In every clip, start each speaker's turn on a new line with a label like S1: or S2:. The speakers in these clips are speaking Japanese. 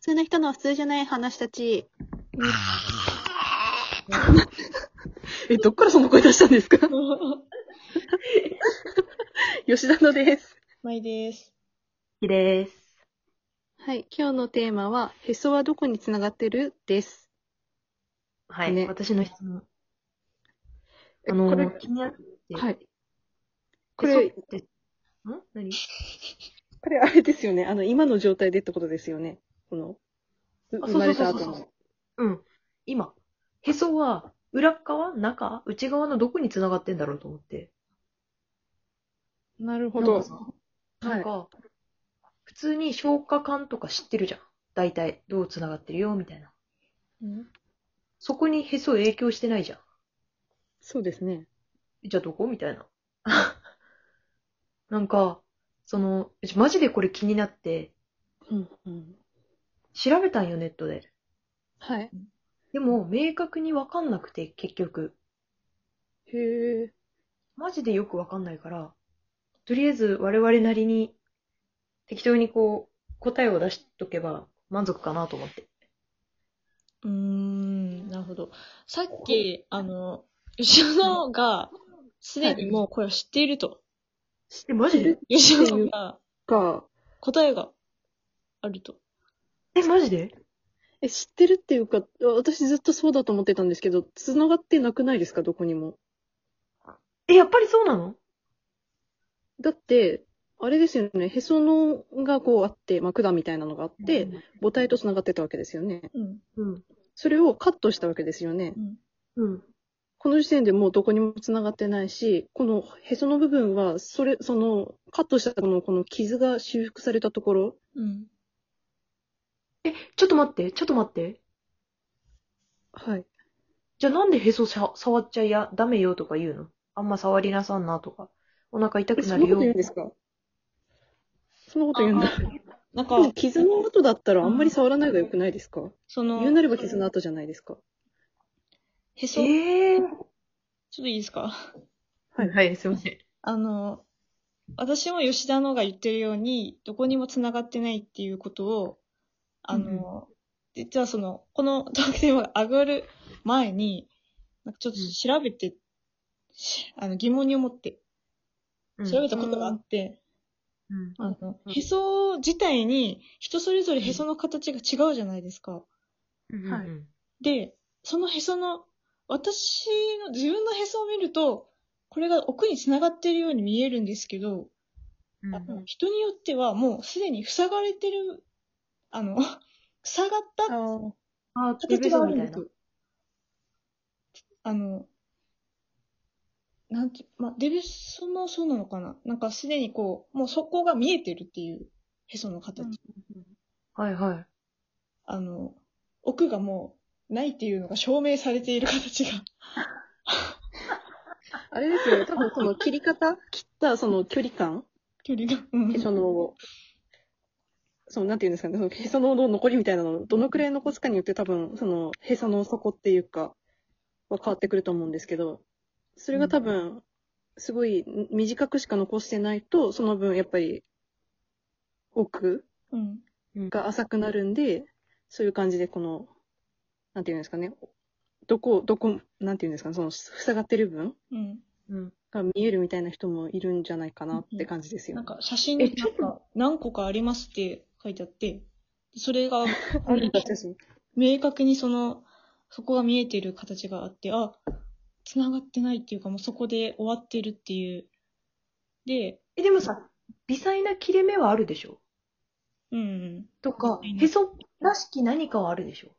S1: 通の人の普通じゃない話たち。
S2: え、どっからその声出したんですか吉田のです。
S3: まいです。
S4: き です。
S1: はい。今日のテーマは、へそはどこにつながってるです。
S4: はい、
S2: ね
S4: 私の質問。
S1: え
S4: あの
S1: これ
S4: ー、気になって、
S1: はい。こ
S4: これ、
S1: れ、
S4: って、ん何
S2: これあれですよね。あの、今の状態でってことですよね。この、う
S4: あ
S2: 生まれた
S4: そう
S2: 後
S4: そうそう
S2: の
S4: そ。うん。今、へそは、裏っ側中内側のどこに繋がってんだろうと思って。
S3: なる
S2: ほ
S3: ほ
S2: ど
S4: なん
S3: ど。
S4: かさなんか、
S2: は
S4: 普通に消化管とか知ってるじゃん。大体、どう繋がってるよ、みたいな。
S3: うん
S4: そこにへそ影響してないじゃん。
S2: そうですね。
S4: じゃあどこみたいな。 なんか、その、うちマジでこれ気になって、
S2: うん、うん。
S4: 調べたんよ、ネットで。
S2: はい。
S4: でも、明確にわかんなくて、結局。
S2: へえ。
S4: マジでよくわかんないから、とりあえず我々なりに、適当にこう、答えを出しとけば満足かなと思って。
S3: うーん、なるほど。さっき、あの、後ろのが、すでにもうこれを知っていると。
S4: え、マジで
S3: 吉野が、
S2: か、
S3: 答えがあると。
S4: え、マジで
S2: え、知ってるっていうか、私ずっとそうだと思ってたんですけど、繋がってなくないですかどこにも。
S4: え、やっぱりそうなの
S2: だって、あれですよね。へそのがこうあって、まあ、管みたいなのがあって、、母体と繋がってたわけですよね。
S3: うん。
S4: うん、
S2: それをカットしたわけですよね。
S3: うん。
S4: うん。
S2: この時点でもうどこにも繋がってないし、このへその部分は、それ、その、カットしたこの、この傷が修復されたところ、
S3: うん。
S4: え、ちょっと待って、ちょっと待って。
S2: はい。
S4: じゃあなんでへそさ触っちゃいや、ダメよとか言うのあんま触りなさんなとか。お腹痛
S2: え、
S4: く
S2: そ
S4: なん
S2: な
S4: る
S2: こと言
S4: よ。
S2: うんですかそんなこと言うんだ。
S3: なん
S2: で
S3: か
S2: も、傷の後だったらあんまり触らないが良くないですか
S3: その、
S2: 言うなれば傷の後じゃないですか
S3: へそ、ちょっ
S4: えー。
S3: といいですか
S4: はい、はい、すいません。
S3: あの、私も吉田のが言ってるように、どこにも繋がってないっていうことを、あの、実はその、このトークテーマが上がる前に、なんかちょっと調べて、しあの疑問に思って、
S4: うん
S3: 調べたことがあって、
S4: うん
S3: あの、へそ自体に人それぞれへその形が違うじゃないですか。
S4: うん
S2: はい
S4: うん
S3: で、そのへその、私の自分のへそを見ると、これが奥に繋がっているように見えるんですけど、
S4: うん
S3: あの人によってはもうすでに塞がれてる、あの、 塞がった
S2: あ
S4: あー、
S3: 形があるんです
S4: な
S3: よ。あの、なんて、まあ、デビュソもそうなのかななんかすでにこう、もうそこが見えてるっていう、へその形。
S4: はいはい。
S3: あの、奥がもうないっていうのが証明されている形が。
S2: あれですよね。多分その切り方切ったその距離感
S3: 距離が。うん
S2: へそのを。その、なんて言うんですかね。そのへそのの残りみたいなのをどのくらい残すかによって多分、その、へその底っていうか、は変わってくると思うんですけど、それが多分、すごい短くしか残してないと、その分やっぱり、奥
S3: うん。
S2: が浅くなるんで、そういう感じでこの、なんて言うんですかね。どこ、どこ、なんて言うんですかね。その、塞がってる分
S3: うん。
S4: うん。
S2: が見えるみたいな人もいるんじゃないかなって感じですよ
S3: な
S2: ね
S3: ん。か写真になんか何個かありますって書いてあって、それ が、
S2: あるんだってそう
S3: 明確にその、そこが見えてる形があって、あ、繋がってないっていうか、もうそこで終わってるっていう。で、
S4: え、でもさ、微細な切れ目はあるでしょ
S3: うんうん。
S4: とか、
S3: 微細な
S4: へそらしき何かはあるでしょ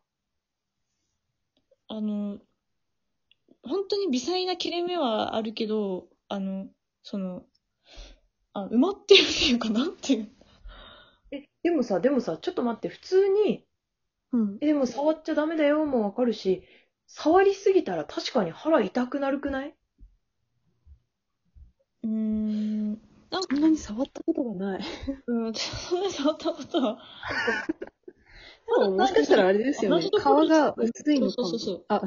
S3: あの、本当に微細な切れ目はあるけど、あの、その、あ埋まってるっていうか、なんていう。
S4: え、でもさ、でもさ、ちょっと待って、普通に、
S2: うん。
S4: え、でも触っちゃダメだよもわかるし、触りすぎたら確かに腹痛くなるくないう
S3: ーん。なんか
S2: そんなに触ったことがない。
S3: うん、そんなに触ったことは。
S2: でももしかしたらあれですよね。皮が薄いのかも。
S3: そうそうそう
S2: あ、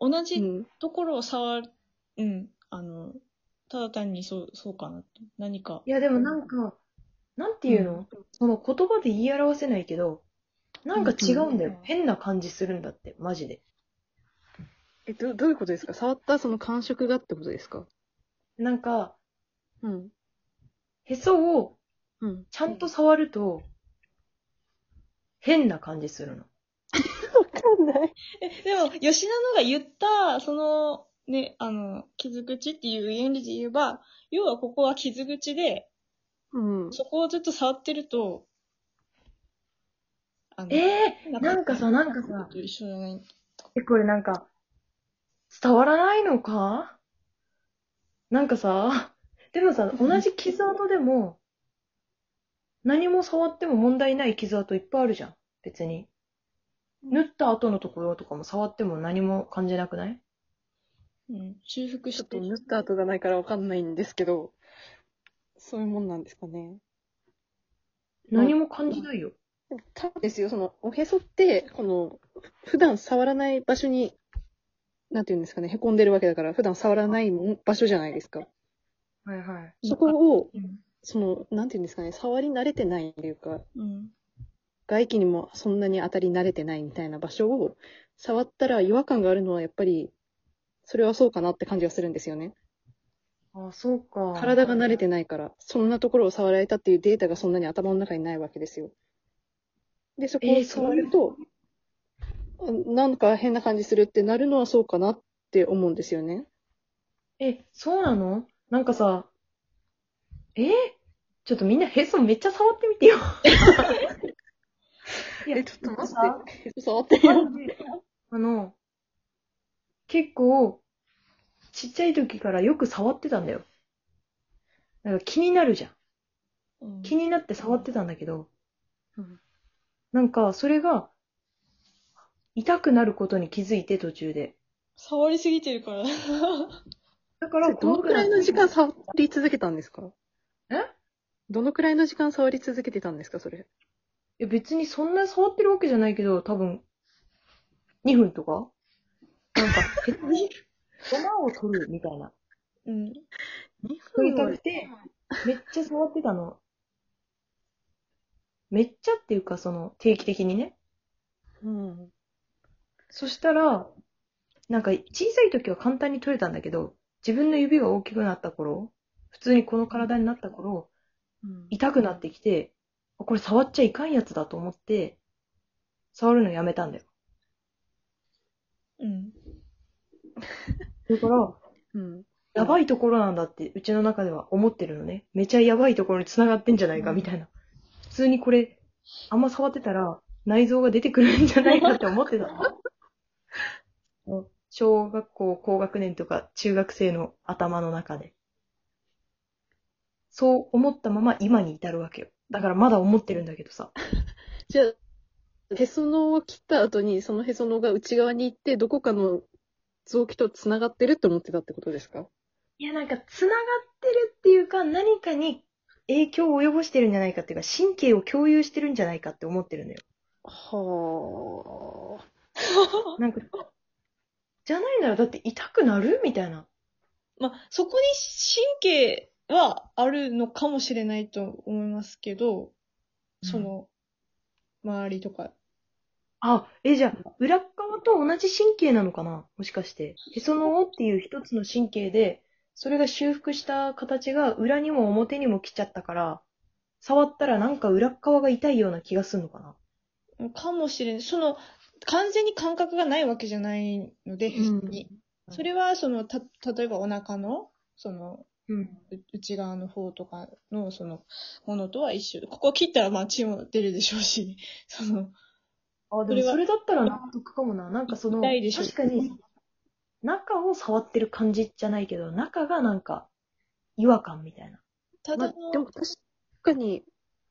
S3: 同
S2: う
S3: じ
S2: ん。
S3: ところを触る、うん、あの、ただ単にそう、そうかなって。何か。
S4: や、でもなんか、なんていうの、その言葉で言い表せないけど、なんか違うんだ
S3: うん
S4: よ。変な感じするんだって、マジで。
S2: え、ど、どういうことですか触ったその感触がってことですか
S4: なんか、
S2: うん。
S4: へそを
S2: うん。
S4: ちゃんと触ると、変な感じするの。
S2: わかんない。
S3: でも、吉田のが言った、その、ね、あの、傷口っていう原理で言えば、要はここは傷口で、
S2: うん。
S3: そこをずっと触ってると、あの
S4: ええなんかさなんかさ、
S3: 一緒じゃない。
S4: え、これなんか、伝わらないのかなんかさ、でもさ、同じ傷跡でも、何も触っても問題ない傷跡いっぱいあるじゃん。別に。縫った後のところとかも触っても何も感じなくない
S3: うん、修復
S2: ち
S3: し
S2: ょってと縫った跡がないからわかんないんですけど、そういうもんなんですかね。
S4: 何も感じないよ。
S2: 多分ですよ、その、おへそって、この、普段触らない場所に、なんていうんですかね、凹んでるわけだから、普段触らないもん場所じゃないですか。
S4: はいはい。
S2: そこを、
S3: うん。
S2: その、なんていうんですかね、触り慣れてないというか、
S3: うん。
S2: 外気にもそんなに当たり慣れてないみたいな場所を、触ったら違和感があるのは、やっぱり、それはそうかなって感じがするんですよね。
S4: あ、そうか。
S2: 体が慣れてないから、そんなところを触られたっていうデータがそんなに頭の中にないわけですよ。で、そこを
S4: えーそう
S2: 触ると、あなんか変な感じするってなるのはそうかなって思うんですよね。
S4: え、そうなのなんかさ、えちょっとみんなへそめっちゃ触ってみてよ。い や
S2: え、ちょっと待
S4: なんか
S2: って、触ってみよう。
S4: あの、結構、ちっちゃい時からよく触ってたんだよ。だから気になるじゃん。
S3: うん
S4: 気になって触ってたんだけど、
S2: うん
S4: なんか、それが、痛くなることに気づいて途中で。
S3: 触りすぎてる から。
S4: だから、
S2: どのくらいの時間触り続けたんですか
S4: え
S2: どのくらいの時間触り続けてたんですか、それ。
S4: いや別にそんな触ってるわけじゃないけど、多分、2分とかなんか、 へそに、ごまを取るみたいな。
S3: うん。
S4: 取りたくて、めっちゃ触ってたの。めっちゃっていうか、その、定期的にね。
S2: うん。
S4: そしたら、なんか小さい時は簡単に取れたんだけど、自分の指が大きくなった頃、普通にこの体になった頃、痛くなってきて、あこれ触っちゃいかんやつだと思って、触るのやめたんだよ。
S3: うん。
S4: だから、
S2: うん。
S4: やばいところなんだって、うちの中では思ってるのね。めちゃやばいところに繋がってんじゃないか、みたいな。普通にこれ、あんま触ってたら、内臓が出てくるんじゃないかって思 ってたの。小学校高学年とか中学生の頭の中で。そう思ったまま今に至るわけよ。だからまだ思ってるんだけどさ。
S2: じゃあ、へその緒を切った後に、そのへその緒が内側に行って、どこかの臓器と繋がってるって思ってたってことですか
S4: いや、なんか、繋がってるっていうか、何かに影響を及ぼしてるんじゃないかっていうか、神経を共有してるんじゃないかって思ってるのよ。
S2: はあ。
S4: なんか、じゃないならだって痛くなるみたいな。
S3: まあ、そこに神経はあるのかもしれないと思いますけど、その、周りとか。
S4: あ、え、じゃあ、裏っ側と同じ神経なのかなもしかして。へその緒っていう一つの神経で、それが修復した形が裏にも表にも来ちゃったから、触ったらなんか裏っ側が痛いような気がするのかな
S3: かもしれない。その、完全に感覚がないわけじゃないので、
S2: うん
S3: 別に。それは、その、た、例えばお腹の、その、
S4: うん。
S3: う内側の方とかの、その、ものとは一緒。ここ切ったら、まあ、血も出るでしょうし、その、
S4: あ、
S3: そ
S4: で
S3: れ
S4: も
S3: は
S4: それだったら納得かもな。なんかその、
S3: 痛いでしょ
S4: 確かに、中を触ってる感じじゃないけど、中がなんか、違和感みたいな。
S3: た
S2: ま
S3: だ
S2: あ
S3: の、、
S2: でも確かに、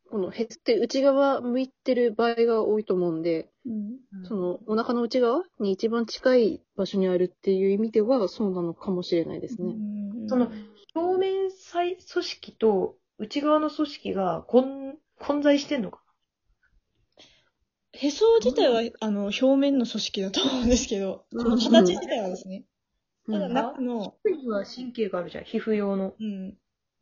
S2: このへつって内側向いてる場合が多いと思うんで、
S3: うん
S2: そのお腹の内側に一番近い場所にあるっていう意味ではそうなのかもしれないです
S3: う
S2: ね。
S3: ん
S4: その表面細組織と内側の組織が混混在してんのか
S3: へそ自体は、あの、表面の組織だと思うんですけど、
S4: うん
S3: その形自体はですね。
S2: う
S3: ただ
S2: ん
S3: 中の、
S4: 皮膚は神経があるじゃん、皮膚用の。
S3: うん。
S2: う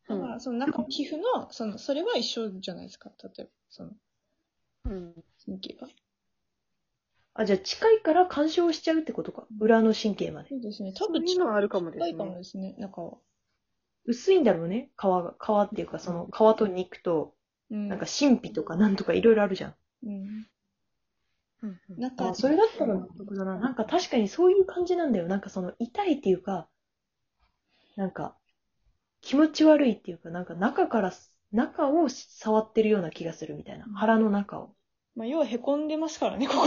S3: だ
S2: ん
S3: から、その中の皮膚の、その、それは一緒じゃないですか。例えば、その、
S2: うん
S3: 神経が。
S4: あ、じゃあ近いから干渉しちゃうってことか。裏の神経まで。
S3: そうですね。
S2: そ
S3: 多
S2: う
S3: 分
S2: いうのはあるかもです
S3: 近
S2: ね
S3: いかもですね、中は。
S4: 薄いんだろうね。皮が、皮っていうか、その皮と肉と、
S3: うん。
S4: なんか神秘とかなんとかいろいろあるじゃん。
S3: うん。
S2: うんうん
S3: 中
S4: あ、それだったら納得だな。なんか確かにそういう感じなんだよ。なんかその痛いっていうか、なんか気持ち悪いっていうか、なんか中から、中を触ってるような気がするみたいな
S3: うん。
S4: 腹の中を。
S3: まあ、要は凹んでますからね、ここ。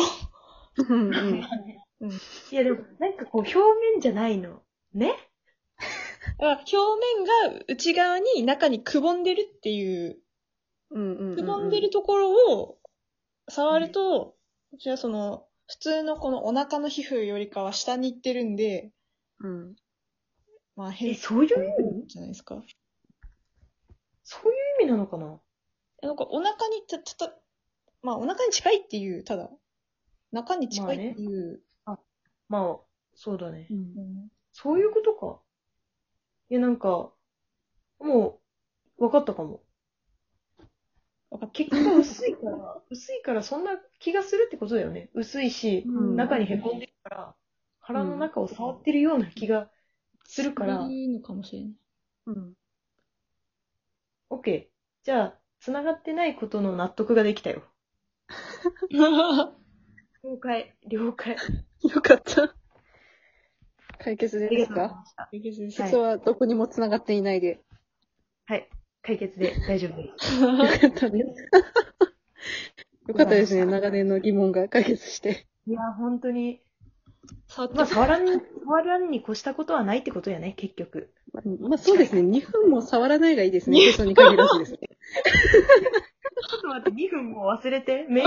S2: うんうん
S4: いやでも、なんかこう表面じゃないの。ね
S3: だから表面が内側に中にくぼんでるっていう、
S2: うんうんうん。
S3: くぼんでるところを触ると、じゃあその、普通のこのお腹の皮膚よりかは下に行ってるんで、
S2: うん。
S3: まあ変
S4: え、
S3: じ
S4: そういう意味
S3: ゃないですか。
S4: そういう意味なのかな
S3: なんかお腹にちょ、ちょっと、まあお腹に近いっていう、ただ、中に近いっていう。
S4: まあ、そうだね。
S2: うん
S3: うん
S4: そういうことか。いやなんか、もう、わかったかも。
S3: わかっ
S4: 結局薄いから、 薄いからそんな気がするってことだよね。薄いし、
S2: うん
S4: 中に凹んでるから、腹の中を触ってるような気がするから、
S3: そういうのかもしれ ない。
S2: うん。
S4: OK。じゃあ、繋がってないことの納得ができたよ。了解。了解。
S2: よかった。解決
S4: あ
S2: でで
S4: りが
S2: す
S4: とうござい
S2: か
S4: ました。
S3: 解決です
S4: はい
S2: 実はどこにも繋がっていないで。
S4: 解決で大丈夫です。
S2: よかったね。よかったですね。長年の疑問が解決して。
S4: いや、本当に。
S3: 触って
S4: まあ、触らん、触らんに越したことはないってことやね、結局。
S2: まあそうですね。2分も触らないがいいですね。ゲストに限らずですね。
S4: ちょっと待って、2分も忘れて、メイ